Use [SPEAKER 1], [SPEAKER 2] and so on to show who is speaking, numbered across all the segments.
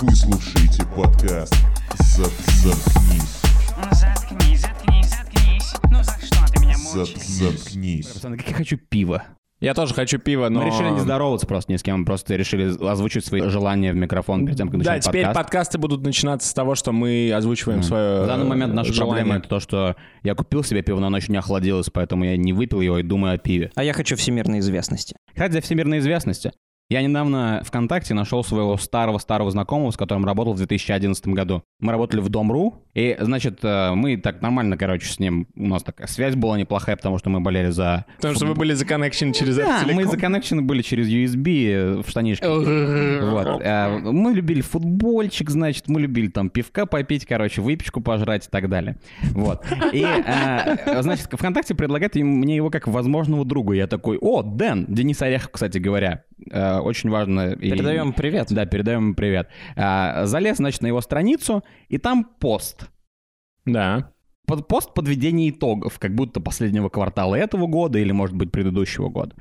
[SPEAKER 1] Вы слушаете подкаст «Зап- «Заткнись».
[SPEAKER 2] Ну заткнись, заткнись, заткнись. Ну за что ты меня
[SPEAKER 1] «Зап-
[SPEAKER 2] мучаешь?
[SPEAKER 1] «Заткнись».
[SPEAKER 3] Пацаны, как я хочу пива.
[SPEAKER 4] Я тоже хочу пива, но...
[SPEAKER 3] Мы решили не здороваться просто ни с кем, просто решили озвучить свои желания в микрофон перед тем, как
[SPEAKER 4] Да,
[SPEAKER 3] начать
[SPEAKER 4] теперь
[SPEAKER 3] подкаст.
[SPEAKER 4] подкасты будут начинаться с того, что мы озвучиваем свое э,
[SPEAKER 3] В данный момент наша
[SPEAKER 4] желание.
[SPEAKER 3] проблема это то, что я купил себе пиво, но оно еще не охладилось, поэтому я не выпил его и думаю о пиве.
[SPEAKER 5] А я хочу всемирной известности.
[SPEAKER 3] Кстати, за всемирной известности. Я недавно ВКонтакте нашел своего старого-старого знакомого, с которым работал в 2011 году. Мы работали в Дом.ру, и, значит, э, мы так нормально, короче, с ним, у нас такая связь была неплохая, потому что мы болели за...
[SPEAKER 4] Потому что вы были за connection через
[SPEAKER 3] Да,
[SPEAKER 4] F-Telecom.
[SPEAKER 3] мы законнекчены были через USB э, в штанишке. Вот. э, Мы любили футбольчик, значит, мы любили там пивка попить, короче, выпечку пожрать и так далее. Вот. И, э, значит, ВКонтакте предлагает им- мне его как возможного друга. Я такой, о, Дэн, Денис Орехов, кстати говоря, э, очень важно. и-
[SPEAKER 5] Передаем привет.
[SPEAKER 3] Да, передаем ему привет. А, Залез, значит, на его страницу, и там пост.
[SPEAKER 4] Да.
[SPEAKER 3] Под пост подведения итогов, как будто последнего квартала этого года или, может быть, предыдущего года.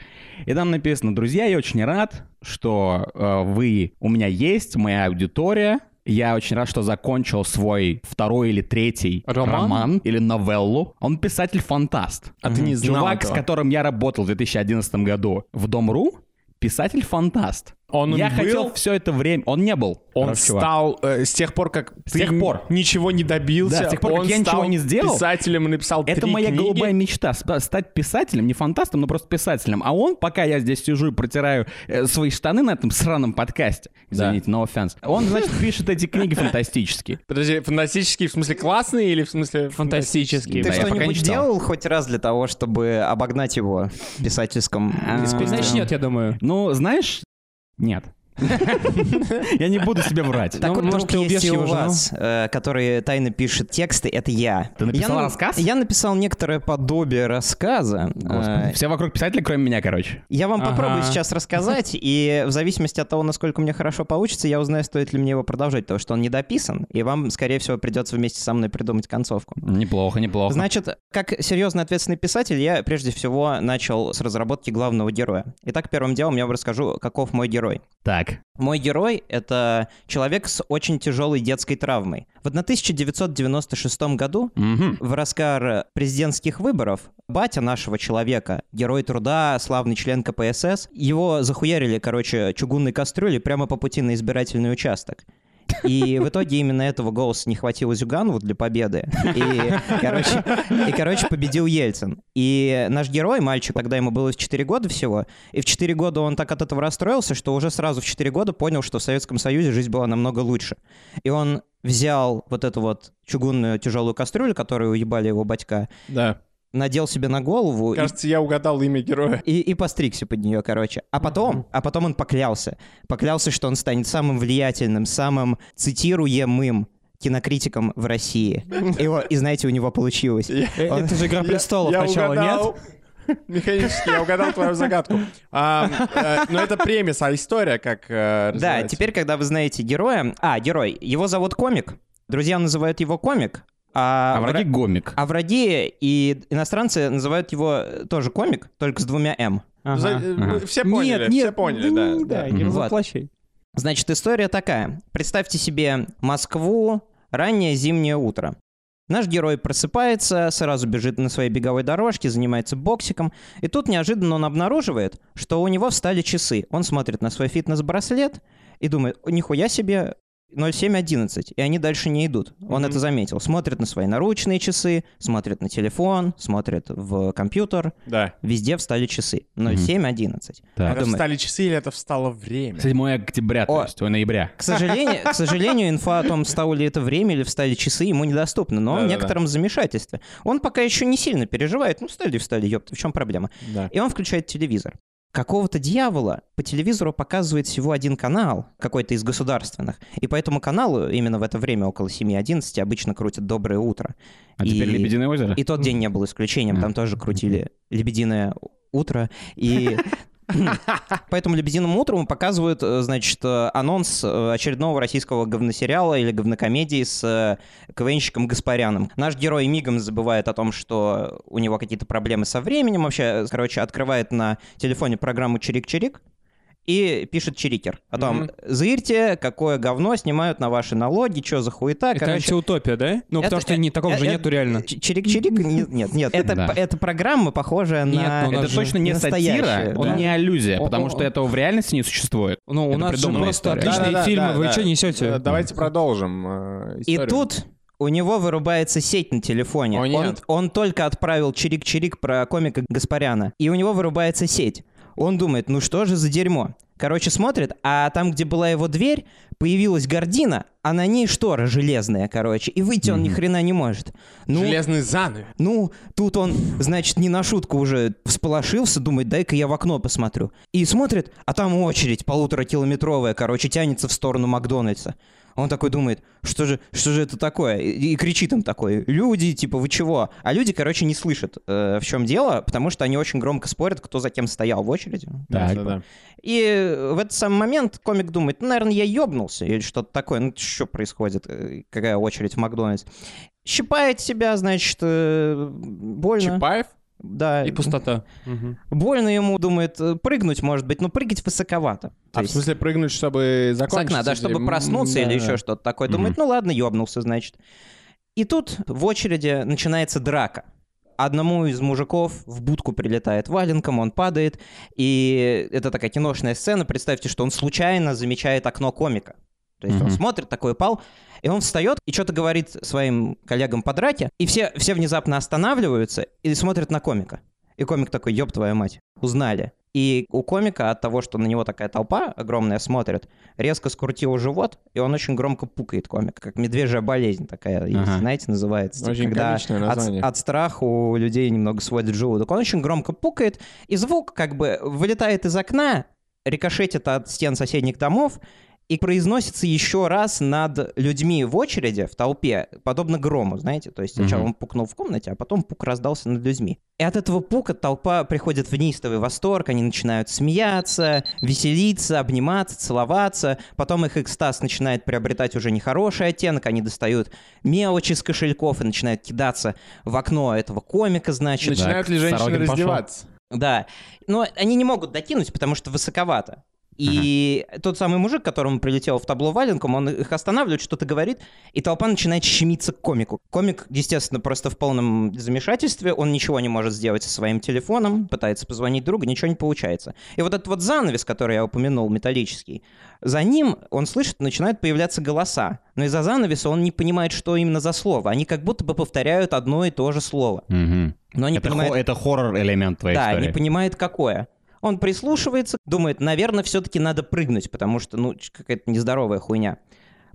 [SPEAKER 3] И там написано, друзья, я очень рад, что э, вы у меня есть, моя аудитория. Я очень рад, что закончил свой второй или третий
[SPEAKER 4] Роман?
[SPEAKER 3] или новеллу. Он писатель-фантаст.
[SPEAKER 4] А ты не знал
[SPEAKER 3] Чувак, с
[SPEAKER 4] этого?
[SPEAKER 3] которым я работал в 2011 году в Дом.ру, писатель-фантаст.
[SPEAKER 4] Он
[SPEAKER 3] я
[SPEAKER 4] был?
[SPEAKER 3] хотел все это время... Он не был.
[SPEAKER 4] Он
[SPEAKER 3] Хороший чувак.
[SPEAKER 4] стал, э, с тех пор, как
[SPEAKER 3] С
[SPEAKER 4] ты
[SPEAKER 3] тех пор.
[SPEAKER 4] ничего не добился,
[SPEAKER 3] Да, с тех пор, как
[SPEAKER 4] он
[SPEAKER 3] я ничего
[SPEAKER 4] стал
[SPEAKER 3] не сделал.
[SPEAKER 4] писателем и написал
[SPEAKER 3] Это
[SPEAKER 4] три
[SPEAKER 3] моя
[SPEAKER 4] книги.
[SPEAKER 3] голубая мечта сп- стать писателем, не фантастом, но просто писателем. А он, пока я здесь сижу и протираю э, свои штаны на этом сраном подкасте, извините, no offense, он, значит, пишет эти книги фантастические.
[SPEAKER 4] Подожди, фантастический в смысле классный или в смысле...
[SPEAKER 6] Фантастический.
[SPEAKER 5] Ты
[SPEAKER 3] Да, я пока не
[SPEAKER 5] что-нибудь
[SPEAKER 3] читал.
[SPEAKER 5] делал хоть раз для того, чтобы обогнать его в писательском
[SPEAKER 3] А,
[SPEAKER 5] искусстве?
[SPEAKER 6] Начнет, я думаю.
[SPEAKER 3] Ну, знаешь, нет. Я не буду себе врать.
[SPEAKER 5] Так
[SPEAKER 6] Ну,
[SPEAKER 5] вот,
[SPEAKER 6] может,
[SPEAKER 5] друг
[SPEAKER 6] ты убьешь
[SPEAKER 5] есть и у
[SPEAKER 6] его жену?
[SPEAKER 5] вас, э, который тайно пишет тексты, это я.
[SPEAKER 3] Ты написал
[SPEAKER 5] я, на-
[SPEAKER 3] рассказ?
[SPEAKER 5] Я написал некоторое подобие рассказа.
[SPEAKER 3] Господи,
[SPEAKER 5] Э,
[SPEAKER 3] Все вокруг писатели, кроме меня, короче.
[SPEAKER 5] Я вам
[SPEAKER 6] Ага.
[SPEAKER 5] попробую сейчас рассказать, и в зависимости от того, насколько мне хорошо получится, я узнаю, стоит ли мне его продолжать, потому что он недописан, и вам, скорее всего, придется вместе со мной придумать концовку.
[SPEAKER 3] Неплохо, неплохо.
[SPEAKER 5] Значит, как серьезно ответственный писатель, я прежде всего начал с разработки главного героя. Итак, первым делом я вам расскажу, каков мой герой.
[SPEAKER 3] Так.
[SPEAKER 5] Мой герой — это человек с очень тяжелой детской травмой. В 1996 году
[SPEAKER 3] Мгм.
[SPEAKER 5] в раскар президентских выборов батя нашего человека, герой труда, славный член КПСС, его захуярили, короче, чугунной кастрюлей прямо по пути на избирательный участок. И в итоге именно этого голоса не хватило Зюганову для победы. И, короче, и, короче, победил Ельцин. И наш герой, мальчик, тогда ему было 4 года всего, и в 4 года он так от этого расстроился, что уже сразу в 4 года понял, что в Советском Союзе жизнь была намного лучше. И он взял вот эту вот чугунную тяжелую кастрюлю, которую уебали его батька,
[SPEAKER 4] Да.
[SPEAKER 5] надел себе на голову и
[SPEAKER 4] Кажется, я угадал имя героя.
[SPEAKER 5] и, и постригся под нее, короче. А потом, а потом он поклялся. Поклялся, что он станет самым влиятельным, самым цитируемым кинокритиком в России. И, о- и знаете, у него получилось. Он-
[SPEAKER 6] Это же «Игра престолов»
[SPEAKER 4] я
[SPEAKER 6] начало, нет?
[SPEAKER 4] угадал. Механически я угадал твою загадку. А, э, но это премис, а история как э,
[SPEAKER 5] Да,
[SPEAKER 4] развивается?
[SPEAKER 5] теперь, когда вы знаете героя... А, герой. Его зовут Комик. Друзья называют его Комик. А,
[SPEAKER 3] А
[SPEAKER 5] вра-
[SPEAKER 3] враги гомик.
[SPEAKER 5] а враги и иностранцы называют его э, тоже Комик, только с двумя «М».
[SPEAKER 4] За-
[SPEAKER 6] Ага.
[SPEAKER 4] э,
[SPEAKER 3] Ага.
[SPEAKER 4] вы Все поняли, все поняли,
[SPEAKER 6] не-
[SPEAKER 4] да,
[SPEAKER 6] не-
[SPEAKER 4] да.
[SPEAKER 6] Да, не
[SPEAKER 5] Вот.
[SPEAKER 6] разоплощай.
[SPEAKER 5] Значит, история такая. Представьте себе Москву, раннее зимнее утро. Наш герой просыпается, сразу бежит на своей беговой дорожке, занимается боксиком, и тут неожиданно он обнаруживает, что у него встали часы. Он смотрит на свой фитнес-браслет и думает, «О, нихуя себе, 07.11, и они дальше не идут. Он это заметил. Смотрит на свои наручные часы, смотрит на телефон, смотрит в компьютер.
[SPEAKER 4] Да.
[SPEAKER 5] Везде встали часы. 07.11.
[SPEAKER 3] Так.
[SPEAKER 4] Это
[SPEAKER 5] думаю-
[SPEAKER 4] встали часы или это встало время?
[SPEAKER 3] 7 А, октября, то
[SPEAKER 5] О.
[SPEAKER 3] есть, ой, ноября.
[SPEAKER 5] К сожалению, к сожалению, инфа о том, стало ли это время или встали часы, ему недоступна, но он в
[SPEAKER 4] Да-да-да.
[SPEAKER 5] некотором замешательстве. Он пока еще не сильно переживает, ну встали и встали, ёпта, в чем проблема?
[SPEAKER 4] Да.
[SPEAKER 5] И он включает телевизор. Какого-то дьявола по телевизору показывает всего один канал, какой-то из государственных, и по этому каналу именно в это время, около 7.11, обычно крутят «Доброе утро».
[SPEAKER 3] А теперь
[SPEAKER 5] И-
[SPEAKER 3] Лебединое озеро?
[SPEAKER 5] и тот день не был исключением, там тоже крутили «Лебединое утро», и... Поэтому «Лебединому утром» показывают, э, значит, э, анонс э, очередного российского говносериала или говнокомедии с э, КВНщиком Гаспаряном. Наш герой мигом забывает о том, что у э, него какие-то проблемы со временем. Вообще, короче, открывает на телефоне программу «Чирик-чирик», и пишет чирикер о том, заирьте, какое говно снимают на ваши налоги, что за хуета,
[SPEAKER 6] Это
[SPEAKER 5] короче.
[SPEAKER 6] антиутопия, да? Ну,
[SPEAKER 5] это-
[SPEAKER 6] потому что не, такого
[SPEAKER 5] э,
[SPEAKER 6] же
[SPEAKER 5] э,
[SPEAKER 6] нету реально.
[SPEAKER 5] Ч- Чирик-чирик? Нет, нет, нет. Это,
[SPEAKER 3] Да.
[SPEAKER 5] п- это программа, похожая
[SPEAKER 6] Нет,
[SPEAKER 5] на...
[SPEAKER 6] ну, у нас
[SPEAKER 3] Это
[SPEAKER 6] же
[SPEAKER 3] точно не
[SPEAKER 5] настоящее,
[SPEAKER 3] сатира,
[SPEAKER 5] да.
[SPEAKER 3] он не аллюзия,
[SPEAKER 6] О,
[SPEAKER 3] потому
[SPEAKER 6] о,
[SPEAKER 3] что
[SPEAKER 6] о.
[SPEAKER 3] этого в реальности не существует.
[SPEAKER 6] Ну, у
[SPEAKER 3] это
[SPEAKER 6] нас же
[SPEAKER 3] придуманная
[SPEAKER 6] просто
[SPEAKER 3] история.
[SPEAKER 6] отличные
[SPEAKER 4] Да-да-да,
[SPEAKER 6] фильмы, вы
[SPEAKER 4] да.
[SPEAKER 6] что
[SPEAKER 4] Э,
[SPEAKER 6] несете?
[SPEAKER 4] Давайте продолжим э,
[SPEAKER 5] И
[SPEAKER 4] историю.
[SPEAKER 5] тут у него вырубается сеть на телефоне.
[SPEAKER 4] О,
[SPEAKER 5] он,
[SPEAKER 4] нет.
[SPEAKER 5] он только отправил чирик-чирик про комика Гаспаряна. И у него вырубается сеть. Он думает, ну что же за дерьмо? Короче, смотрит, а там, где была его дверь, появилась гордина, а на ней штора железная, короче. И выйти он ни хрена не может. Ну,
[SPEAKER 4] Железный занавес.
[SPEAKER 5] ну, тут он, значит, не на шутку уже всполошился, думает, дай-ка я в окно посмотрю. И смотрит, а там очередь полуторакилометровая, короче, тянется в сторону Макдональдса. Он такой думает, что же, что же это такое? И, и кричит им такой, люди, типа, вы чего? А люди, короче, не слышат, э, в чем дело, потому что они очень громко спорят, кто за кем стоял в очереди.
[SPEAKER 3] Так.
[SPEAKER 5] И в этот самый момент комик думает, ну, наверное, я ёбнулся или что-то такое. Ну, что происходит? Э, Какая очередь в Макдональдс? Щипает себя, значит, э, больно.
[SPEAKER 4] Чапаев?
[SPEAKER 5] Да.
[SPEAKER 6] И пустота.
[SPEAKER 5] Больно ему, думает, э, прыгнуть, может быть, но прыгать высоковато. То
[SPEAKER 4] А в
[SPEAKER 5] есть
[SPEAKER 4] смысле прыгнуть, чтобы
[SPEAKER 5] с
[SPEAKER 4] закончить?
[SPEAKER 5] окна, да, чтобы
[SPEAKER 4] М,
[SPEAKER 5] проснуться или
[SPEAKER 4] да.
[SPEAKER 5] еще что-то такое. Думает, ну ладно, ёбнулся, значит. И тут в очереди начинается драка. Одному из мужиков в будку прилетает валенком, он падает, и это такая киношная сцена. Представьте, что он случайно замечает окно комика. То есть он
[SPEAKER 3] Мгм.
[SPEAKER 5] смотрит, такой упал, и он встает и что-то говорит своим коллегам по драке, и все, все внезапно останавливаются и смотрят на комика. И комик такой, ёб твою мать, узнали. И у комика от того, что на него такая толпа огромная смотрит, резко скрутил живот, и он очень громко пукает комик, как медвежья болезнь такая, есть,
[SPEAKER 3] Ага.
[SPEAKER 5] знаете, называется. типа,
[SPEAKER 4] Очень
[SPEAKER 5] когда
[SPEAKER 4] комичное
[SPEAKER 5] от,
[SPEAKER 4] название.
[SPEAKER 5] от страха у людей немного сводит желудок. Он очень громко пукает, и звук как бы вылетает из окна, рикошетит от стен соседних домов, и произносится еще раз над людьми в очереди, в толпе, подобно грому, знаете, то есть сначала
[SPEAKER 3] Мгм.
[SPEAKER 5] он пукнул в комнате, а потом пук раздался над людьми. И от этого пука толпа приходит в неистовый восторг, они начинают смеяться, веселиться, обниматься, целоваться, потом их экстаз начинает приобретать уже нехороший оттенок, они достают мелочи с кошельков и начинают кидаться в окно этого комика, значит.
[SPEAKER 4] Начинают ли
[SPEAKER 3] Так,
[SPEAKER 4] женщины
[SPEAKER 3] Сорокин пошел.
[SPEAKER 4] раздеваться?
[SPEAKER 5] Да. Но они не могут докинуть, потому что высоковато. И тот самый мужик, которому прилетел в табло валенком, он их останавливает, что-то говорит, и толпа начинает щемиться к комику. Комик, естественно, просто в полном замешательстве, он ничего не может сделать со своим телефоном, пытается позвонить другу, ничего не получается. И вот этот вот занавес, который я упомянул, металлический, за ним он слышит, начинают появляться голоса. Но из-за занавеса он не понимает, что именно за слово. Они как будто бы повторяют одно и то же слово.
[SPEAKER 3] Мгм.
[SPEAKER 5] Но не
[SPEAKER 3] Это
[SPEAKER 5] понимают,
[SPEAKER 3] хо- это хоррор-элемент твоей
[SPEAKER 5] да,
[SPEAKER 3] истории.
[SPEAKER 5] не понимает, какое. Он прислушивается, думает, наверное, все-таки надо прыгнуть, потому что, ну, ч- какая-то нездоровая хуйня.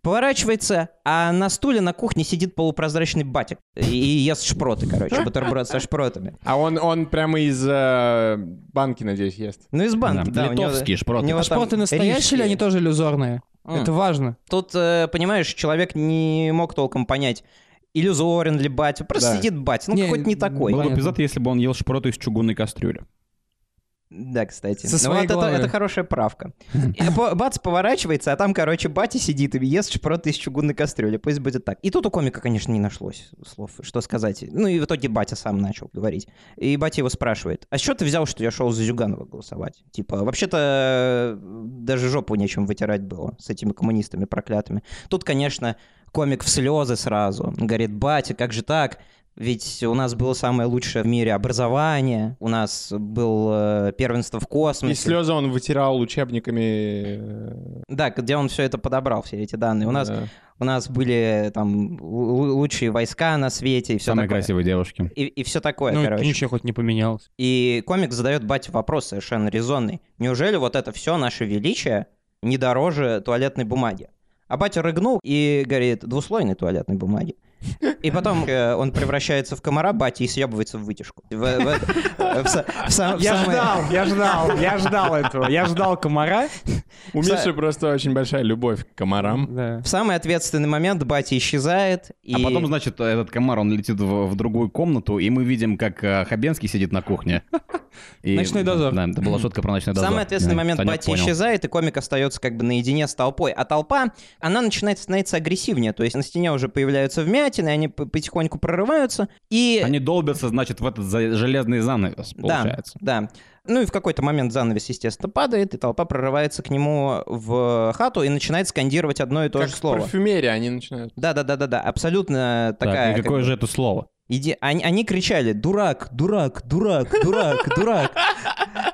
[SPEAKER 5] Поворачивается, а на стуле на кухне сидит полупрозрачный батик. И и ест шпроты, короче, бутерброд со шпротами.
[SPEAKER 4] А он, он прямо из э, банки, надеюсь, ест.
[SPEAKER 5] Ну, из банки, да.
[SPEAKER 3] Да,
[SPEAKER 5] у него-
[SPEAKER 3] литовские шпроты.
[SPEAKER 5] у него
[SPEAKER 6] А
[SPEAKER 5] там
[SPEAKER 6] шпроты настоящие
[SPEAKER 5] рижские.
[SPEAKER 6] или они тоже иллюзорные?
[SPEAKER 5] М.
[SPEAKER 6] Это важно.
[SPEAKER 5] Тут, э, понимаешь, человек не мог толком понять, иллюзорен ли батя. Просто
[SPEAKER 4] Да.
[SPEAKER 5] сидит батя, ну,
[SPEAKER 6] Не,
[SPEAKER 5] какой-то не такой.
[SPEAKER 6] была-
[SPEAKER 3] Был бы
[SPEAKER 6] Понятно.
[SPEAKER 3] эпизод, если бы он ел шпроты из чугунной кастрюли.
[SPEAKER 5] Да, кстати.
[SPEAKER 6] Со
[SPEAKER 5] Ну,
[SPEAKER 6] своей
[SPEAKER 5] вот это,
[SPEAKER 6] головы.
[SPEAKER 5] это хорошая правка. И по- Бац поворачивается, а там, короче, батя сидит и ест шпроты из чугунной кастрюли. Пусть будет так. И тут у комика, конечно, не нашлось слов, что сказать. Ну и в итоге батя сам начал говорить. И батя его спрашивает, а что ты взял, что я шел за Зюганова голосовать? Типа, вообще-то э, даже жопу нечем вытирать было с этими коммунистами проклятыми. Тут, конечно, комик в слезы сразу. Он Говорит, батя, как же так? Ведь у нас было самое лучшее в мире образование, у нас было э, первенство в
[SPEAKER 4] И
[SPEAKER 5] космосе.
[SPEAKER 4] слезы он вытирал учебниками. э,
[SPEAKER 5] Да, где он все это подобрал, все эти данные. У нас,
[SPEAKER 4] э,
[SPEAKER 5] у нас были там лу- лучшие войска на свете и все
[SPEAKER 3] Самые
[SPEAKER 5] такое.
[SPEAKER 3] красивые девушки.
[SPEAKER 5] И, все такое,
[SPEAKER 6] Ну,
[SPEAKER 5] короче.
[SPEAKER 6] ничего хоть не поменялось.
[SPEAKER 5] И комик задает бате вопрос совершенно резонный. Неужели вот это все наше величие не дороже туалетной бумаги? А батя рыгнул и говорит, двуслойной туалетной бумаги. И потом э, он превращается в комара батя и съебывается в вытяжку. В- в- в са- в са- в самое-
[SPEAKER 6] я ждал, я ждал этого. Я ждал комара.
[SPEAKER 4] У Миши просто очень большая любовь к комарам.
[SPEAKER 6] Да.
[SPEAKER 5] В самый ответственный момент батя исчезает. И...
[SPEAKER 3] А потом, значит, этот комар, он летит в, в другую комнату, и мы видим, как э, Хабенский сидит на кухне. И-
[SPEAKER 6] Ночной дозор.
[SPEAKER 3] Да, это была шутка про ночной дозор.
[SPEAKER 5] Самый ответственный
[SPEAKER 3] Да,
[SPEAKER 5] момент
[SPEAKER 3] Санек
[SPEAKER 5] батя
[SPEAKER 3] понял.
[SPEAKER 5] исчезает, и комик остается как бы наедине с толпой. А толпа, она начинает становиться агрессивнее. То есть на стене уже появляются вмятины, они п- потихоньку прорываются. И...
[SPEAKER 3] Они долбятся, значит, в этот за- железный занавес,
[SPEAKER 5] Да,
[SPEAKER 3] получается.
[SPEAKER 5] да. Ну и в какой-то момент занавес, естественно, падает, и толпа прорывается к нему в хату и начинает скандировать одно и то
[SPEAKER 4] Как
[SPEAKER 5] же
[SPEAKER 4] в
[SPEAKER 5] слово.
[SPEAKER 4] парфюмерии они начинают.
[SPEAKER 5] Да-да-да-да-да, абсолютно
[SPEAKER 3] Так,
[SPEAKER 5] такая...
[SPEAKER 3] и
[SPEAKER 5] как
[SPEAKER 3] какое
[SPEAKER 5] бы,
[SPEAKER 3] же это слово?
[SPEAKER 5] иде- Они, они кричали «Дурак, дурак, дурак, дурак, дурак».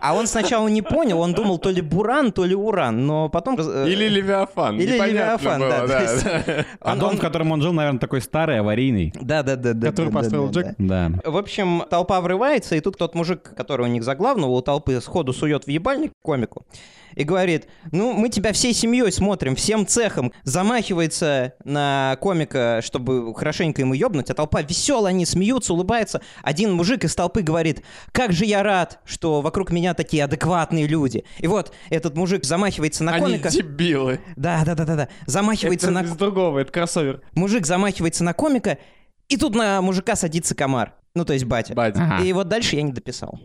[SPEAKER 5] А он сначала не понял, он думал то ли «Буран», то ли «Уран», но потом... э,
[SPEAKER 4] Или Левиафан.
[SPEAKER 5] Или
[SPEAKER 4] Непонятно
[SPEAKER 5] Левиафан, да,
[SPEAKER 4] было,
[SPEAKER 5] то
[SPEAKER 4] да,
[SPEAKER 5] есть-
[SPEAKER 4] да.
[SPEAKER 5] он-
[SPEAKER 3] А дом,
[SPEAKER 5] он-
[SPEAKER 3] в котором он жил, наверное, такой старый, аварийный.
[SPEAKER 5] Да-да-да-да.
[SPEAKER 6] Который
[SPEAKER 5] да, да,
[SPEAKER 6] построил
[SPEAKER 5] да,
[SPEAKER 6] Джек.
[SPEAKER 5] да.
[SPEAKER 3] Да.
[SPEAKER 5] В общем, толпа врывается, и тут тот мужик, который у них за главного, у толпы сходу сует в ебальник комику и говорит, ну, мы тебя всей семьей смотрим, всем цехом. Замахивается на комика, чтобы хорошенько ему ебнуть, а толпа веселая, они смеются, улыбаются. Один мужик из толпы говорит, как же я рад, что вокруг меня такие адекватные люди. И вот этот мужик замахивается на
[SPEAKER 4] Они
[SPEAKER 5] комика.
[SPEAKER 4] дебилы.
[SPEAKER 5] Да-да-да-да-да. Замахивается
[SPEAKER 6] Это
[SPEAKER 5] на...
[SPEAKER 6] из другого, это кроссовер.
[SPEAKER 5] Мужик замахивается на комика, и тут на мужика садится комар. Ну, то есть батя.
[SPEAKER 4] Батя.
[SPEAKER 3] Ага.
[SPEAKER 5] И вот дальше я не дописал.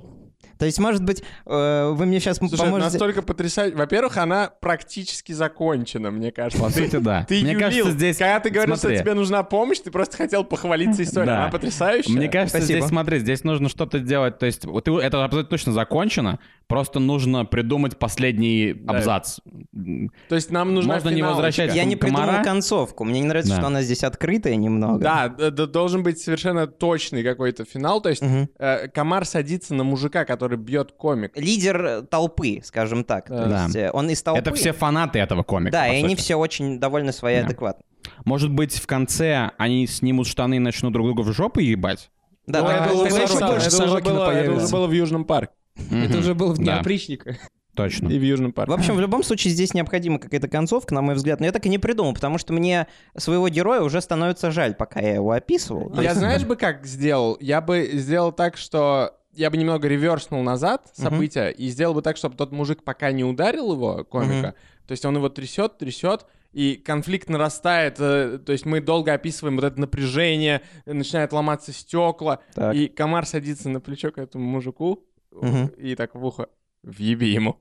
[SPEAKER 5] То есть, может быть, э, вы мне сейчас
[SPEAKER 4] Слушай, это
[SPEAKER 5] поможете...
[SPEAKER 4] настолько потрясающе. Во-первых, она практически закончена, мне кажется.
[SPEAKER 3] сути, да.
[SPEAKER 4] Ты
[SPEAKER 3] Мне
[SPEAKER 4] юлил.
[SPEAKER 3] кажется, здесь-
[SPEAKER 4] Когда ты говорил, что
[SPEAKER 3] смотри.
[SPEAKER 4] тебе нужна помощь, ты просто хотел похвалиться историей.
[SPEAKER 3] Да.
[SPEAKER 4] Она потрясающая.
[SPEAKER 3] Мне кажется,
[SPEAKER 5] Спасибо.
[SPEAKER 3] здесь, смотри, здесь нужно что-то делать. То есть, вот ты- это абсолютно точно закончено. Просто нужно придумать последний абзац. М,
[SPEAKER 4] То есть нам нужна
[SPEAKER 3] Можно не
[SPEAKER 4] финалочка.
[SPEAKER 3] возвращать.
[SPEAKER 5] Я не
[SPEAKER 3] комара.
[SPEAKER 5] придумал концовку. Мне не нравится,
[SPEAKER 3] Да.
[SPEAKER 5] что она здесь открытая немного.
[SPEAKER 4] Да, д- д- должен быть совершенно точный какой-то финал. То есть
[SPEAKER 5] Мгм.
[SPEAKER 4] э, комар садится на мужика, который бьет комик.
[SPEAKER 5] Лидер э, толпы, скажем так. То
[SPEAKER 3] Да.
[SPEAKER 5] есть, э, он из толпы.
[SPEAKER 3] Это все фанаты этого комика.
[SPEAKER 5] Да,
[SPEAKER 3] по
[SPEAKER 5] и они
[SPEAKER 3] сути.
[SPEAKER 5] все очень довольно свои
[SPEAKER 3] Да.
[SPEAKER 5] адекватны.
[SPEAKER 3] Может быть, в конце они снимут штаны и начнут друг друга в жопу ебать?
[SPEAKER 5] Да,
[SPEAKER 4] Ну,
[SPEAKER 5] там
[SPEAKER 6] это
[SPEAKER 5] был
[SPEAKER 6] уже
[SPEAKER 5] Сорокин.
[SPEAKER 6] Сорокина. больше
[SPEAKER 4] это уже
[SPEAKER 6] Сорокина
[SPEAKER 4] было- это
[SPEAKER 6] появится.
[SPEAKER 4] уже было в Южном парке.
[SPEAKER 6] Это уже был в Дне
[SPEAKER 3] Да.
[SPEAKER 6] опричника.
[SPEAKER 3] Точно.
[SPEAKER 4] И в Южном
[SPEAKER 5] В
[SPEAKER 4] парке.
[SPEAKER 5] общем, в любом случае здесь необходима какая-то концовка, на мой взгляд. Но я так и не придумал, потому что мне своего героя уже становится жаль, пока я его описывал. То
[SPEAKER 4] Ну, Я
[SPEAKER 5] есть-
[SPEAKER 4] знаешь бы как сделал? Я бы сделал так, что я бы немного реверснул назад события и сделал бы так, чтобы тот мужик пока не ударил его, комика. То есть он его трясет, трясет, и конфликт нарастает. э, То есть мы долго описываем вот это напряжение, э, начинает ломаться стекла,
[SPEAKER 5] Так.
[SPEAKER 4] и комар садится на плечо к этому мужику
[SPEAKER 5] Мгм.
[SPEAKER 4] и так в ухо «Въеби ему».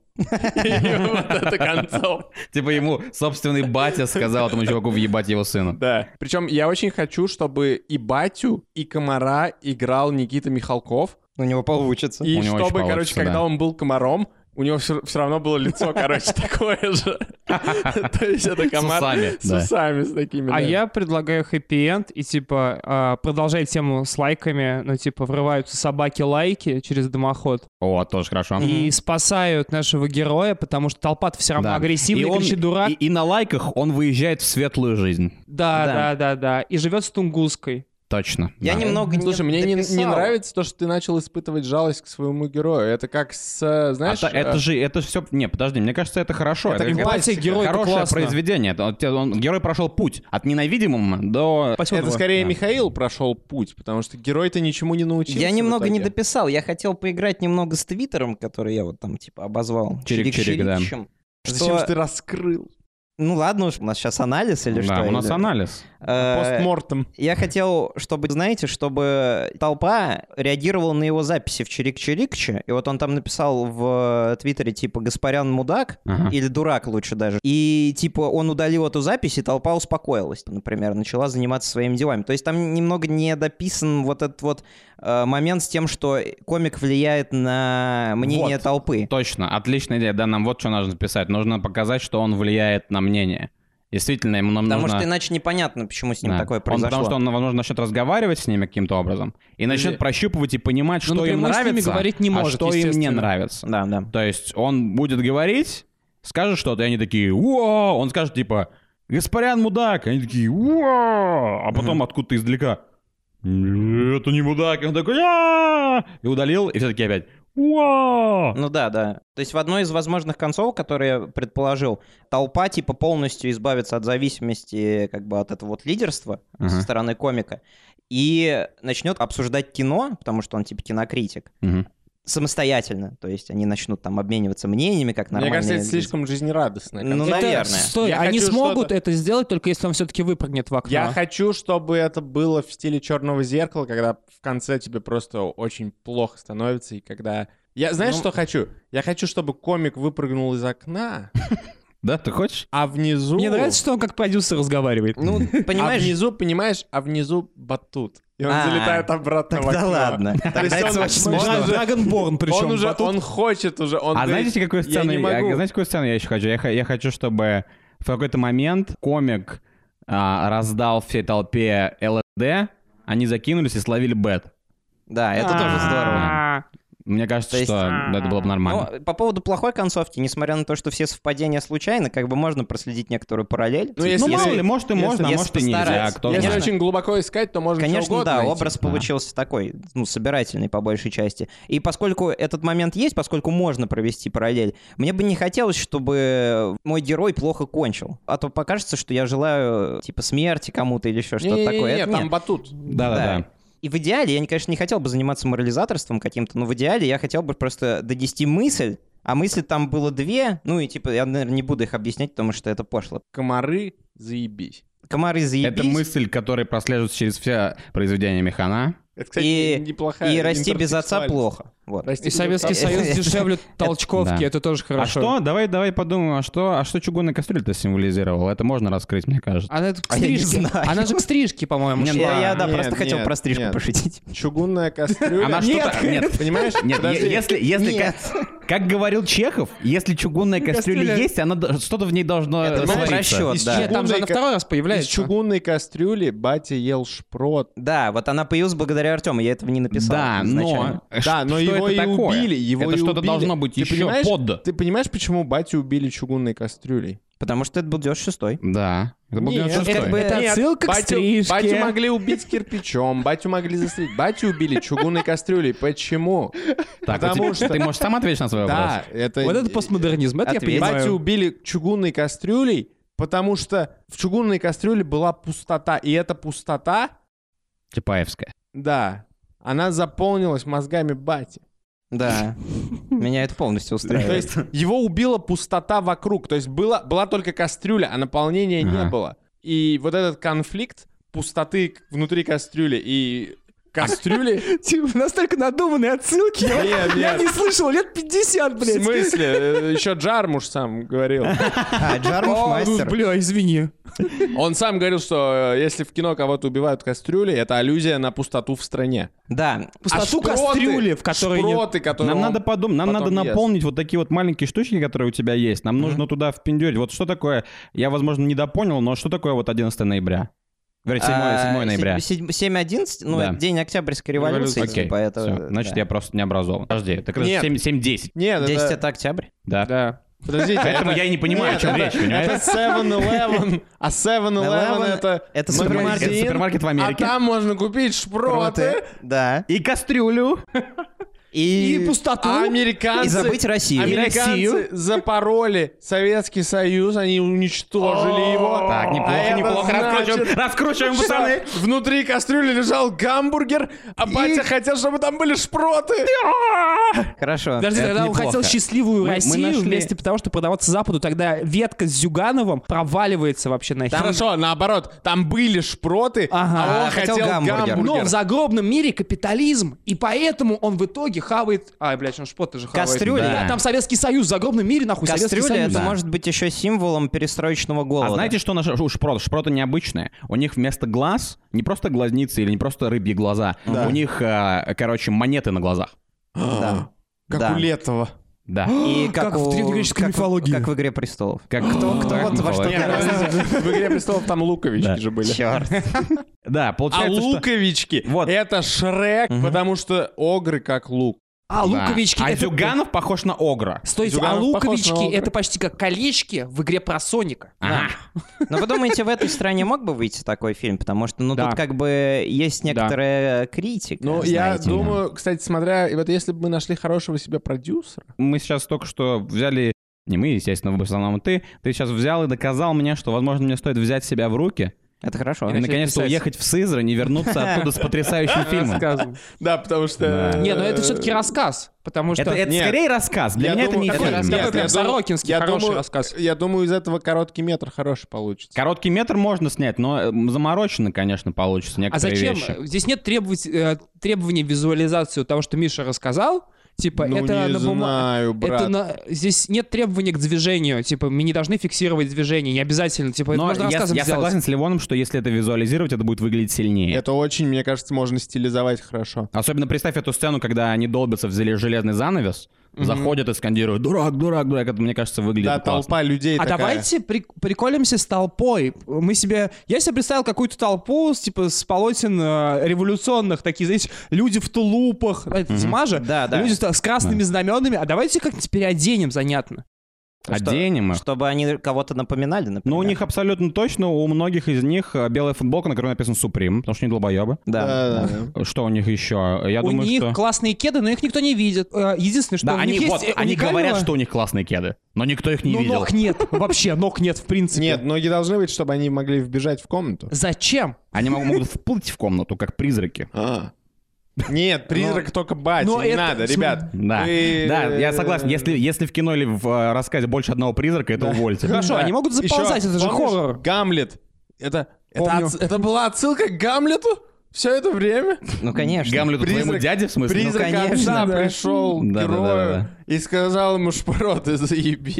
[SPEAKER 4] И вот это концов.
[SPEAKER 3] Типа ему собственный батя сказал этому чуваку въебать его сына.
[SPEAKER 4] Да. Причем я очень хочу, чтобы и батю, и комара играл Никита Михалков,
[SPEAKER 5] У него получится.
[SPEAKER 4] И
[SPEAKER 3] У него очень
[SPEAKER 4] чтобы, короче,
[SPEAKER 3] получится,
[SPEAKER 4] когда
[SPEAKER 3] да.
[SPEAKER 4] он был комаром, у него все, равно было лицо, короче, такое же. То есть это комар
[SPEAKER 3] усами,
[SPEAKER 4] с
[SPEAKER 3] да.
[SPEAKER 4] усами, с такими.
[SPEAKER 6] А
[SPEAKER 4] да.
[SPEAKER 6] я предлагаю хэппи-энд и, типа, а, продолжать тему с лайками. Ну, типа, врываются собаки-лайки через дымоход
[SPEAKER 3] О, тоже хорошо.
[SPEAKER 6] и спасают нашего героя, потому что толпа все равно
[SPEAKER 3] Да.
[SPEAKER 6] агрессивная,
[SPEAKER 3] И он-
[SPEAKER 6] кричит дурак.
[SPEAKER 3] И, и на лайках он выезжает в светлую жизнь.
[SPEAKER 6] Да,
[SPEAKER 5] Да.
[SPEAKER 6] да, да, да, И живет с тунгуской.
[SPEAKER 3] Точно.
[SPEAKER 5] Я
[SPEAKER 3] да.
[SPEAKER 5] немного не
[SPEAKER 4] Слушай, мне не, не
[SPEAKER 5] дописал.
[SPEAKER 4] нравится то, что ты начал испытывать жалость к своему герою. Это как с, э,
[SPEAKER 3] А
[SPEAKER 4] знаешь...
[SPEAKER 3] та- это
[SPEAKER 4] э,
[SPEAKER 3] же, это же все... Не, подожди, мне кажется, это хорошо.
[SPEAKER 6] Это
[SPEAKER 3] как-
[SPEAKER 6] эмпатия героя, это
[SPEAKER 3] хорошее
[SPEAKER 6] классно.
[SPEAKER 3] произведение. Это- вот те- он- герой прошел путь от ненавидимого до...
[SPEAKER 6] Спасибо.
[SPEAKER 4] это скорее
[SPEAKER 3] Да.
[SPEAKER 4] Михаил прошел путь, потому что герой-то ничему не научился.
[SPEAKER 5] Я
[SPEAKER 4] в
[SPEAKER 5] немного не
[SPEAKER 4] итоге.
[SPEAKER 5] дописал. Я хотел поиграть немного с Твиттером, который я вот там типа обозвал.
[SPEAKER 3] Чирик-чирик, да.
[SPEAKER 5] Чирик-чиричем.
[SPEAKER 4] Зачем
[SPEAKER 5] Что...
[SPEAKER 4] же ты раскрыл?
[SPEAKER 5] Ну ладно уж, у нас сейчас анализ или что?
[SPEAKER 3] Да, у нас
[SPEAKER 5] или-
[SPEAKER 3] анализ.
[SPEAKER 5] Э,
[SPEAKER 4] Постмортом.
[SPEAKER 5] Я хотел, чтобы, знаете, чтобы толпа реагировала на его записи в Чирик-Чирикче. И вот он там написал в э, Твиттере, типа, «Гаспарян мудак»
[SPEAKER 3] Ага.
[SPEAKER 5] или «Дурак» лучше даже. И, типа, он удалил эту запись, и толпа успокоилась, например, начала заниматься своими делами. То есть там немного не дописан вот этот вот э, момент с тем, что комик влияет на мнение
[SPEAKER 3] Вот.
[SPEAKER 5] толпы.
[SPEAKER 3] Точно, отличная идея. Да, нам вот что нужно писать. Нужно показать, что он влияет на мнение. Действительно, ему нам
[SPEAKER 5] Потому
[SPEAKER 3] нужно...
[SPEAKER 5] что иначе непонятно, почему с ним
[SPEAKER 3] Да.
[SPEAKER 5] такое
[SPEAKER 3] Он-
[SPEAKER 5] произошло.
[SPEAKER 3] потому что он, возможно, начнет разговаривать с ними каким-то образом и начнет прощупывать и понимать, что им
[SPEAKER 6] напрямую с ними
[SPEAKER 3] нравится,
[SPEAKER 6] говорить не
[SPEAKER 3] а
[SPEAKER 6] может,
[SPEAKER 3] что им не
[SPEAKER 6] естественно.
[SPEAKER 3] нравится.
[SPEAKER 5] Да, да.
[SPEAKER 3] То есть он будет говорить, скажет что-то, и они такие «Уа!» Он скажет типа «Гаспарян мудак!» Они такие «Уа!» А потом откуда-то издалека «Это не мудак!» И он такой «А!» И удалил, и все таки опять «Уа!»
[SPEAKER 5] Ну да, да. То есть в одной из возможных концов, которые я предположил, толпа типа полностью избавится от зависимости как бы от этого вот лидерства со
[SPEAKER 3] Ага.
[SPEAKER 5] стороны комика и начнет обсуждать кино, потому что он типа кинокритик,
[SPEAKER 3] Мгм.
[SPEAKER 5] самостоятельно. То есть они начнут там обмениваться мнениями, как
[SPEAKER 4] Мне
[SPEAKER 5] нормальные
[SPEAKER 4] кажется, это
[SPEAKER 5] люди.
[SPEAKER 4] слишком жизнерадостно.
[SPEAKER 5] Ну,
[SPEAKER 6] Это-
[SPEAKER 5] наверное.
[SPEAKER 6] Стой,
[SPEAKER 4] Я
[SPEAKER 6] они
[SPEAKER 4] хочу
[SPEAKER 6] смогут
[SPEAKER 4] что-то-
[SPEAKER 6] это сделать, только если он все-таки выпрыгнет в окно.
[SPEAKER 4] Я хочу, чтобы это было в стиле черного зеркала, когда в конце тебе просто очень плохо становится, и когда. Я знаешь,
[SPEAKER 5] Ну-
[SPEAKER 4] что хочу? Я хочу, чтобы комик выпрыгнул из окна,
[SPEAKER 3] Да, ты хочешь?
[SPEAKER 4] а внизу.
[SPEAKER 6] Мне нравится, что он как продюсер разговаривает.
[SPEAKER 5] Ну,
[SPEAKER 4] А
[SPEAKER 5] понимаешь,
[SPEAKER 4] внизу, понимаешь, а внизу батут. И он
[SPEAKER 5] А,
[SPEAKER 4] залетает обратно в
[SPEAKER 5] Тогда
[SPEAKER 4] окно.
[SPEAKER 5] ладно. Тогда
[SPEAKER 4] есть
[SPEAKER 5] это
[SPEAKER 4] он-
[SPEAKER 5] очень
[SPEAKER 4] он
[SPEAKER 5] смешно.
[SPEAKER 4] же-
[SPEAKER 7] Драгонборн причем.
[SPEAKER 4] Он уже,
[SPEAKER 7] а тут-
[SPEAKER 4] он хочет уже. Он
[SPEAKER 3] А
[SPEAKER 4] говорит,
[SPEAKER 3] знаете, какую
[SPEAKER 4] «Я
[SPEAKER 3] сцену
[SPEAKER 4] не
[SPEAKER 3] я,
[SPEAKER 4] могу».
[SPEAKER 3] знаете, какую сцену я еще хочу? Я, ха- я хочу, чтобы в какой-то момент комик а, раздал всей толпе ЛСД, они закинулись и словили бет.
[SPEAKER 5] Да, это тоже здорово.
[SPEAKER 6] А,
[SPEAKER 3] Мне кажется,
[SPEAKER 5] То есть-
[SPEAKER 3] что это было бы нормально.
[SPEAKER 5] Ну, по поводу плохой концовки, несмотря на то, что все совпадения случайно, как бы можно проследить некоторую паралль.
[SPEAKER 4] Ну, если
[SPEAKER 3] Ну, мало
[SPEAKER 4] ты-
[SPEAKER 3] ли, может и
[SPEAKER 4] если-
[SPEAKER 3] можно, а
[SPEAKER 5] если
[SPEAKER 3] может и нельзя.
[SPEAKER 5] постараться.
[SPEAKER 3] а Кто
[SPEAKER 4] Если
[SPEAKER 3] знает.
[SPEAKER 4] очень глубоко искать, то можно что
[SPEAKER 5] Конечно,
[SPEAKER 4] угодно
[SPEAKER 5] да,
[SPEAKER 4] найти.
[SPEAKER 5] образ
[SPEAKER 3] Да.
[SPEAKER 5] получился такой, ну, собирательный по большей части. И поскольку этот момент есть, поскольку можно провести параллель, мне бы не хотелось, чтобы мой герой плохо кончил. А то покажется, что я желаю, типа, смерти кому-то или еще что-то
[SPEAKER 4] Не-не-не,
[SPEAKER 5] такое. Это
[SPEAKER 4] там
[SPEAKER 5] нет.
[SPEAKER 4] батут.
[SPEAKER 3] Да-да-да.
[SPEAKER 5] И в идеале, я, конечно, не хотел бы заниматься морализаторством каким-то, но в идеале я хотел бы просто донести мысль, а мысли там было две, ну и типа я, наверное, не буду их объяснять, потому что это пошло.
[SPEAKER 4] Комары, заебись.
[SPEAKER 5] Комары заебись.
[SPEAKER 3] Это мысль, которая прослеживается через все произведения Механа.
[SPEAKER 4] Это, кстати,
[SPEAKER 5] И-
[SPEAKER 4] неплохая
[SPEAKER 5] И расти без отца
[SPEAKER 4] интертекстуальность.
[SPEAKER 5] плохо. Вот.
[SPEAKER 4] Расти
[SPEAKER 6] И
[SPEAKER 4] без
[SPEAKER 6] Советский
[SPEAKER 4] отца.
[SPEAKER 6] Союз дешевле толчковки,
[SPEAKER 3] да.
[SPEAKER 6] это тоже хорошо.
[SPEAKER 3] А что? Давай, давай подумаем, а что, а что чугунная кастрюля-то символизировала? Это можно раскрыть, мне кажется.
[SPEAKER 6] Она это к
[SPEAKER 5] А я не
[SPEAKER 6] стрижке.
[SPEAKER 5] знаю.
[SPEAKER 6] Она же к стрижке, по-моему,
[SPEAKER 5] Я,
[SPEAKER 6] шла.
[SPEAKER 5] я, да,
[SPEAKER 4] Нет,
[SPEAKER 5] просто хотел
[SPEAKER 4] нет,
[SPEAKER 5] про стрижку
[SPEAKER 4] нет.
[SPEAKER 5] пошутить.
[SPEAKER 4] Чугунная кастрюля.
[SPEAKER 3] Она что-то... Нет,
[SPEAKER 4] Понимаешь?
[SPEAKER 3] А, Нет,
[SPEAKER 4] Подожди.
[SPEAKER 3] е- если, если
[SPEAKER 5] Нет.
[SPEAKER 3] Как, как говорил Чехов, если чугунная кастрюля,
[SPEAKER 6] Кастрюля.
[SPEAKER 3] есть, она до- что-то в ней должно
[SPEAKER 5] Это
[SPEAKER 3] э,
[SPEAKER 5] был
[SPEAKER 3] свариться.
[SPEAKER 5] просчет,
[SPEAKER 6] Из
[SPEAKER 5] ну, да.
[SPEAKER 6] чего- там же она
[SPEAKER 4] Чугунная ка-
[SPEAKER 6] второй раз
[SPEAKER 4] Из
[SPEAKER 3] а?
[SPEAKER 6] появляется.
[SPEAKER 4] чугунной кастрюли батя ел шпрот.
[SPEAKER 5] Да, вот она появилась благодаря Артему, я этого не написал.
[SPEAKER 3] Да,
[SPEAKER 5] изначально.
[SPEAKER 3] но, Э, ш-
[SPEAKER 4] Да, но
[SPEAKER 3] что
[SPEAKER 4] его
[SPEAKER 3] это
[SPEAKER 4] и
[SPEAKER 3] такое?
[SPEAKER 4] убили. Его
[SPEAKER 3] это
[SPEAKER 4] и
[SPEAKER 3] что-то
[SPEAKER 4] убили.
[SPEAKER 3] должно быть
[SPEAKER 4] Ты
[SPEAKER 3] еще
[SPEAKER 4] понимаешь?
[SPEAKER 3] под.
[SPEAKER 4] Ты понимаешь, почему батю убили чугунной кастрюлей?
[SPEAKER 5] Потому что это был Дёс шестой.
[SPEAKER 3] Да. Это был
[SPEAKER 4] Нет,
[SPEAKER 3] 96-й.
[SPEAKER 5] как бы-
[SPEAKER 6] Это
[SPEAKER 4] Нет,
[SPEAKER 6] отсылка к
[SPEAKER 4] батю,
[SPEAKER 6] стрижке.
[SPEAKER 4] батю могли убить кирпичом, батю могли застрелить. Батю убили чугунной кастрюлей. Почему?
[SPEAKER 3] Так,
[SPEAKER 4] потому
[SPEAKER 3] у тебя-
[SPEAKER 4] что-
[SPEAKER 3] Ты можешь сам ответить на свой вопрос?
[SPEAKER 4] Да, это...
[SPEAKER 6] Вот это постмодернизм, это я
[SPEAKER 5] Ответь.
[SPEAKER 6] понимаю.
[SPEAKER 4] Батю убили чугунной кастрюлей, потому что в чугунной кастрюле была пустота. И эта пустота,
[SPEAKER 3] Чапаевская.
[SPEAKER 4] да, она заполнилась мозгами бати.
[SPEAKER 5] Да. Меня это полностью
[SPEAKER 4] То
[SPEAKER 5] устраивает.
[SPEAKER 4] есть его убила пустота вокруг. То есть была, была только кастрюля, а наполнения не
[SPEAKER 3] Ага.
[SPEAKER 4] было. И вот этот конфликт пустоты к- внутри кастрюли и кастрюли...
[SPEAKER 7] Типа, настолько надуманные отсылки, я,
[SPEAKER 4] Нет,
[SPEAKER 7] я
[SPEAKER 4] нет.
[SPEAKER 7] не слышал лет 50,
[SPEAKER 4] В
[SPEAKER 7] блядь.
[SPEAKER 4] смысле? Еще Джармуш сам говорил.
[SPEAKER 5] А, Джармуш мастер.
[SPEAKER 6] Бля, извини.
[SPEAKER 4] Он сам говорил, что э, если в кино кого-то убивают кастрюли, это аллюзия на пустоту в стране.
[SPEAKER 5] Да,
[SPEAKER 6] Пустоту
[SPEAKER 4] шпроты-
[SPEAKER 6] кастрюли, в которой нет.
[SPEAKER 4] шпроты, которые
[SPEAKER 3] Нам
[SPEAKER 4] он-
[SPEAKER 3] надо подумать, нам
[SPEAKER 4] потом
[SPEAKER 3] надо
[SPEAKER 4] ест.
[SPEAKER 3] наполнить вот такие вот маленькие штучки, которые у тебя есть. Нам нужно туда впендюрить. Вот что такое, я, возможно, недопонял, но что такое вот 11 ноября? Говорю, 7,
[SPEAKER 5] А,
[SPEAKER 3] 7 ноября.
[SPEAKER 5] седь- 7-11, ну,
[SPEAKER 3] Да.
[SPEAKER 5] это день Октябрьской революции,
[SPEAKER 3] Окей,
[SPEAKER 5] типа, это...
[SPEAKER 3] всё. Значит,
[SPEAKER 5] да.
[SPEAKER 3] я просто не образован. Подожди, так это
[SPEAKER 4] Нет.
[SPEAKER 3] 7 7-10,
[SPEAKER 4] Нет,
[SPEAKER 5] 10
[SPEAKER 4] это...
[SPEAKER 5] это октябрь?
[SPEAKER 3] да?
[SPEAKER 4] Да. Подождите,
[SPEAKER 3] Поэтому я и не понимаю, о чем речь,
[SPEAKER 4] Это
[SPEAKER 3] понимаешь?
[SPEAKER 4] 7-Eleven, а 7-Eleven
[SPEAKER 5] 7-Eleven
[SPEAKER 4] это...
[SPEAKER 5] это
[SPEAKER 4] магазин,
[SPEAKER 5] супермаркет.
[SPEAKER 3] Это супермаркет в
[SPEAKER 4] А
[SPEAKER 3] Америке.
[SPEAKER 4] там можно купить шпроты,
[SPEAKER 5] Да.
[SPEAKER 3] И кастрюлю.
[SPEAKER 5] И,
[SPEAKER 6] пустоту.
[SPEAKER 4] а
[SPEAKER 5] и
[SPEAKER 4] американцы...
[SPEAKER 5] забыть Россию.
[SPEAKER 4] Американцы запороли Советский Союз, они уничтожили его.
[SPEAKER 3] Так, неплохо,
[SPEAKER 4] А это
[SPEAKER 3] неплохо. Раскручиваем,
[SPEAKER 4] значит,
[SPEAKER 3] раскручиваем,
[SPEAKER 4] что
[SPEAKER 3] пацаны.
[SPEAKER 4] Внутри кастрюли лежал гамбургер, а батя хотел, чтобы там были шпроты.
[SPEAKER 5] Хорошо.
[SPEAKER 6] Подожди,
[SPEAKER 3] Это
[SPEAKER 6] тогда он
[SPEAKER 3] неплохо.
[SPEAKER 6] хотел счастливую
[SPEAKER 3] Мы- мы
[SPEAKER 6] Россию
[SPEAKER 3] нашли-
[SPEAKER 6] вместо того, чтобы продаваться Западу. Тогда ветка с Зюгановым проваливается вообще нахер.
[SPEAKER 4] Хорошо, наоборот, там были шпроты,
[SPEAKER 6] Ага.
[SPEAKER 4] а
[SPEAKER 5] А,
[SPEAKER 4] он
[SPEAKER 5] хотел
[SPEAKER 4] хотел,
[SPEAKER 5] гамбургер.
[SPEAKER 4] гамбургер.
[SPEAKER 6] Но в загробном мире капитализм, и поэтому он в итоге хавает... А, блядь, он шпот же хавает.
[SPEAKER 5] Кастрюля.
[SPEAKER 6] Да, Там Советский Союз, в загробном мире, нахуй, Советский
[SPEAKER 5] Кастрюля
[SPEAKER 6] Союз.
[SPEAKER 5] это может быть еще символом перестроечного голода.
[SPEAKER 3] А знаете, что наши у шпроты? Шпроты необычные. У них вместо глаз не просто глазницы или не просто рыбьи глаза. У них, э, короче, монеты на глазах.
[SPEAKER 5] Да.
[SPEAKER 4] Как
[SPEAKER 5] Да.
[SPEAKER 4] у Летова.
[SPEAKER 3] Да.
[SPEAKER 5] И
[SPEAKER 6] Как в
[SPEAKER 5] у-
[SPEAKER 6] древнегреческой
[SPEAKER 5] как в-
[SPEAKER 6] мифологии.
[SPEAKER 5] Как в «Игре престолов».
[SPEAKER 3] Как кто, кто,
[SPEAKER 5] вот во что
[SPEAKER 4] В «Игре престолов» там луковички
[SPEAKER 3] Да.
[SPEAKER 4] же были.
[SPEAKER 5] Черт.
[SPEAKER 3] Да,
[SPEAKER 4] А
[SPEAKER 3] получается, что...
[SPEAKER 4] луковички
[SPEAKER 3] Вот.
[SPEAKER 4] это Шрек, потому что огры как лук.
[SPEAKER 6] А
[SPEAKER 3] Да.
[SPEAKER 6] луковички...
[SPEAKER 3] А
[SPEAKER 6] это-
[SPEAKER 3] Зюганов похож на огра.
[SPEAKER 6] Стойте, а
[SPEAKER 4] Зюганов похож на
[SPEAKER 6] луковички
[SPEAKER 4] Огра.
[SPEAKER 6] это почти как колечки в игре про Соника.
[SPEAKER 3] Ага.
[SPEAKER 5] Но вы думаете, в этой стране мог бы выйти такой фильм? Потому что, ну,
[SPEAKER 6] Да.
[SPEAKER 5] тут как бы есть некоторая критика.
[SPEAKER 4] Ну, я
[SPEAKER 5] знаете.
[SPEAKER 4] думаю, кстати, смотря, и вот если бы мы нашли хорошего себе продюсера,
[SPEAKER 3] Мы сейчас только что взяли... Не мы, естественно, в основном ты. Ты сейчас взял и доказал мне, что, возможно, мне стоит взять себя в руки
[SPEAKER 5] Это хорошо.
[SPEAKER 3] и, наконец-то,
[SPEAKER 6] А, писать.
[SPEAKER 3] уехать в Сызрань и вернуться оттуда с потрясающим фильмом.
[SPEAKER 6] Сказано.
[SPEAKER 4] да, потому что...
[SPEAKER 3] Да.
[SPEAKER 6] Не, но это все-таки рассказ, потому что...
[SPEAKER 3] Это, это
[SPEAKER 4] Нет.
[SPEAKER 3] скорее рассказ. Для
[SPEAKER 4] Я
[SPEAKER 3] меня
[SPEAKER 4] думаю,
[SPEAKER 3] это не
[SPEAKER 4] такой
[SPEAKER 3] фильм.
[SPEAKER 4] рассказ,
[SPEAKER 3] Нет,
[SPEAKER 6] Такой
[SPEAKER 4] я
[SPEAKER 6] прям
[SPEAKER 4] думаю-
[SPEAKER 6] Сорокинский,
[SPEAKER 4] Я
[SPEAKER 6] хороший
[SPEAKER 4] думаю,
[SPEAKER 6] рассказ.
[SPEAKER 4] я думаю, из этого короткий метр хороший получится.
[SPEAKER 3] Короткий метр можно снять, но э, заморочено, конечно, получится
[SPEAKER 6] А
[SPEAKER 3] некоторые
[SPEAKER 6] зачем?
[SPEAKER 3] вещи.
[SPEAKER 6] Здесь нет требовать- э, требований визуализации того, что Миша рассказал. Типа,
[SPEAKER 4] Ну,
[SPEAKER 6] это
[SPEAKER 4] не
[SPEAKER 6] на бумаге.
[SPEAKER 4] знаю, брат.
[SPEAKER 6] Это на... Здесь нет требований к движению. Типа, мы не должны фиксировать движение, не обязательно. Типа, это
[SPEAKER 3] Но
[SPEAKER 6] можно
[SPEAKER 3] я,
[SPEAKER 6] рассказом
[SPEAKER 3] я
[SPEAKER 6] сделать.
[SPEAKER 3] согласен с Ливоном, что если это визуализировать, это будет выглядеть сильнее.
[SPEAKER 4] Это очень, мне кажется, можно стилизовать хорошо.
[SPEAKER 3] Особенно представь эту сцену, когда они долбятся в зеле- железный занавес, заходят и скандируют «Дурак, дурак, дурак!» Это, мне кажется, выглядит
[SPEAKER 4] Да,
[SPEAKER 3] классно.
[SPEAKER 4] толпа людей
[SPEAKER 6] А
[SPEAKER 4] такая.
[SPEAKER 6] давайте при- приколимся с толпой. Мы себе... Я себе представил какую-то толпу, с, типа, с полотен э, революционных, такие, знаете, люди в тулупах. Это зима же.
[SPEAKER 5] Да, да.
[SPEAKER 6] Люди с с красными знаменами. А давайте как-нибудь переоденем занятно.
[SPEAKER 3] Оденем их.
[SPEAKER 5] Чтобы они кого-то напоминали, например.
[SPEAKER 3] Но Ну, у них абсолютно точно, у многих из них э, белая футболка, на которой написано «Суприм», потому что они долбоебы. э,
[SPEAKER 5] Да.
[SPEAKER 4] Да-да-да.
[SPEAKER 3] Что у них еще? Я
[SPEAKER 6] у
[SPEAKER 3] думаю,
[SPEAKER 6] них
[SPEAKER 3] что...
[SPEAKER 6] классные кеды, но их никто не видит. Э, Единственное, что
[SPEAKER 3] Да,
[SPEAKER 6] у
[SPEAKER 3] они,
[SPEAKER 6] них есть
[SPEAKER 3] вот,
[SPEAKER 6] э,
[SPEAKER 3] они говорят,
[SPEAKER 6] уникального-
[SPEAKER 3] что у них классные кеды, но никто их не
[SPEAKER 6] Ну,
[SPEAKER 3] видел.
[SPEAKER 6] ног нет. Вообще, ног нет, в принципе.
[SPEAKER 4] Нет, ноги должны быть, чтобы они могли вбежать в комнату.
[SPEAKER 6] Зачем?
[SPEAKER 3] Они мог- могут вплыть в комнату, как призраки.
[SPEAKER 4] А. Нет, призрак только батя,
[SPEAKER 6] но
[SPEAKER 4] не
[SPEAKER 6] это-
[SPEAKER 4] надо, ребят.
[SPEAKER 3] Да,
[SPEAKER 4] Вы,
[SPEAKER 3] да, я
[SPEAKER 4] э,
[SPEAKER 3] согласен. Если, если в кино или в э, рассказе больше одного призрака, это увольте.
[SPEAKER 6] Хорошо,
[SPEAKER 4] Да.
[SPEAKER 6] они могут
[SPEAKER 4] э, Ещё,
[SPEAKER 6] заползать, это же
[SPEAKER 4] помнишь,
[SPEAKER 6] хоррор.
[SPEAKER 4] Гамлет. Это, это
[SPEAKER 6] Помню.
[SPEAKER 4] отс- это была отсылка к Гамлету все это время?
[SPEAKER 5] Ну, конечно.
[SPEAKER 3] Гамлету твоему
[SPEAKER 4] Призрак-
[SPEAKER 3] дяде, в смысле? Ну,
[SPEAKER 4] Призрак
[SPEAKER 5] конечно,
[SPEAKER 4] отца
[SPEAKER 5] да.
[SPEAKER 4] пришел к герою
[SPEAKER 3] Да-да-да-да-да.
[SPEAKER 4] и сказал ему, шпро, ты заебись.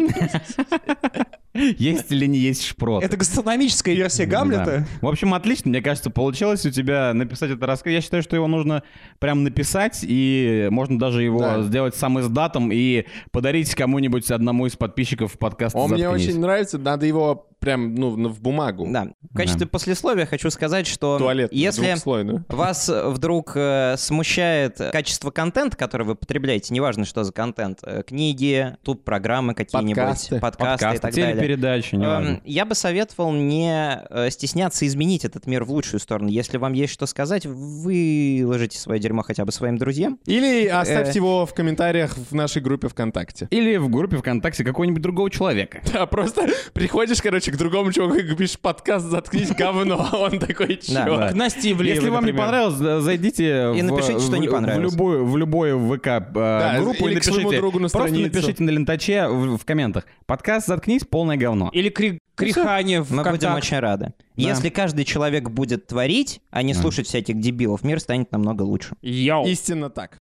[SPEAKER 3] Есть или не есть шпрот?
[SPEAKER 6] Это гастрономическая версия Гамлета.
[SPEAKER 3] Да. В общем, отлично, мне кажется, получилось у тебя написать этот рассказ. Я считаю, что его нужно прям написать, и можно даже его
[SPEAKER 4] Да.
[SPEAKER 3] сделать сам издатом и подарить кому-нибудь одному из подписчиков подкаста
[SPEAKER 4] Он мне
[SPEAKER 3] «Заткнись».
[SPEAKER 4] очень нравится, надо его прям, ну, на- в бумагу.
[SPEAKER 5] Да. В качестве послесловия хочу сказать, что
[SPEAKER 4] Туалет
[SPEAKER 5] если
[SPEAKER 4] двухслойную.
[SPEAKER 5] вас э, вдруг э, смущает качество контента, который вы потребляете, неважно, что за контент, э, книги, тут программы какие-нибудь,
[SPEAKER 4] Подкасты.
[SPEAKER 5] подкасты,
[SPEAKER 3] Подкасты,
[SPEAKER 5] и так далее.
[SPEAKER 3] телепередачи, неважно.
[SPEAKER 5] Эм, Я бы советовал не э, стесняться изменить этот мир в лучшую сторону. Если вам есть что сказать, выложите свое дерьмо хотя бы своим друзьям.
[SPEAKER 4] Или оставьте
[SPEAKER 5] Э.
[SPEAKER 4] его в комментариях в нашей группе ВКонтакте.
[SPEAKER 3] Или в группе ВКонтакте какого-нибудь другого человека.
[SPEAKER 4] Да, просто приходишь, короче, к другому чуваку и говоришь, подкаст заткнись, говно, а он такой,
[SPEAKER 5] Да,
[SPEAKER 4] чё?
[SPEAKER 5] да.
[SPEAKER 6] К Насте Ивлеевой,
[SPEAKER 3] Если вам не
[SPEAKER 6] например.
[SPEAKER 3] понравилось, за- зайдите
[SPEAKER 5] И
[SPEAKER 3] в,
[SPEAKER 5] напишите, что
[SPEAKER 3] в-
[SPEAKER 5] не понравилось.
[SPEAKER 3] В любую, в любую ВК э, группу
[SPEAKER 4] или
[SPEAKER 3] и
[SPEAKER 4] к своему
[SPEAKER 3] напишите-
[SPEAKER 4] другу на
[SPEAKER 3] просто
[SPEAKER 4] страницу.
[SPEAKER 3] напишите на лентаче в, в комментах. Подкаст заткнись, полное говно.
[SPEAKER 6] Или кри- крихание в
[SPEAKER 5] Мы будем
[SPEAKER 6] контакт.
[SPEAKER 5] очень рады. Если каждый человек будет творить, а не слушать всяких дебилов, мир станет намного лучше.
[SPEAKER 6] Йоу.
[SPEAKER 4] Истинно так.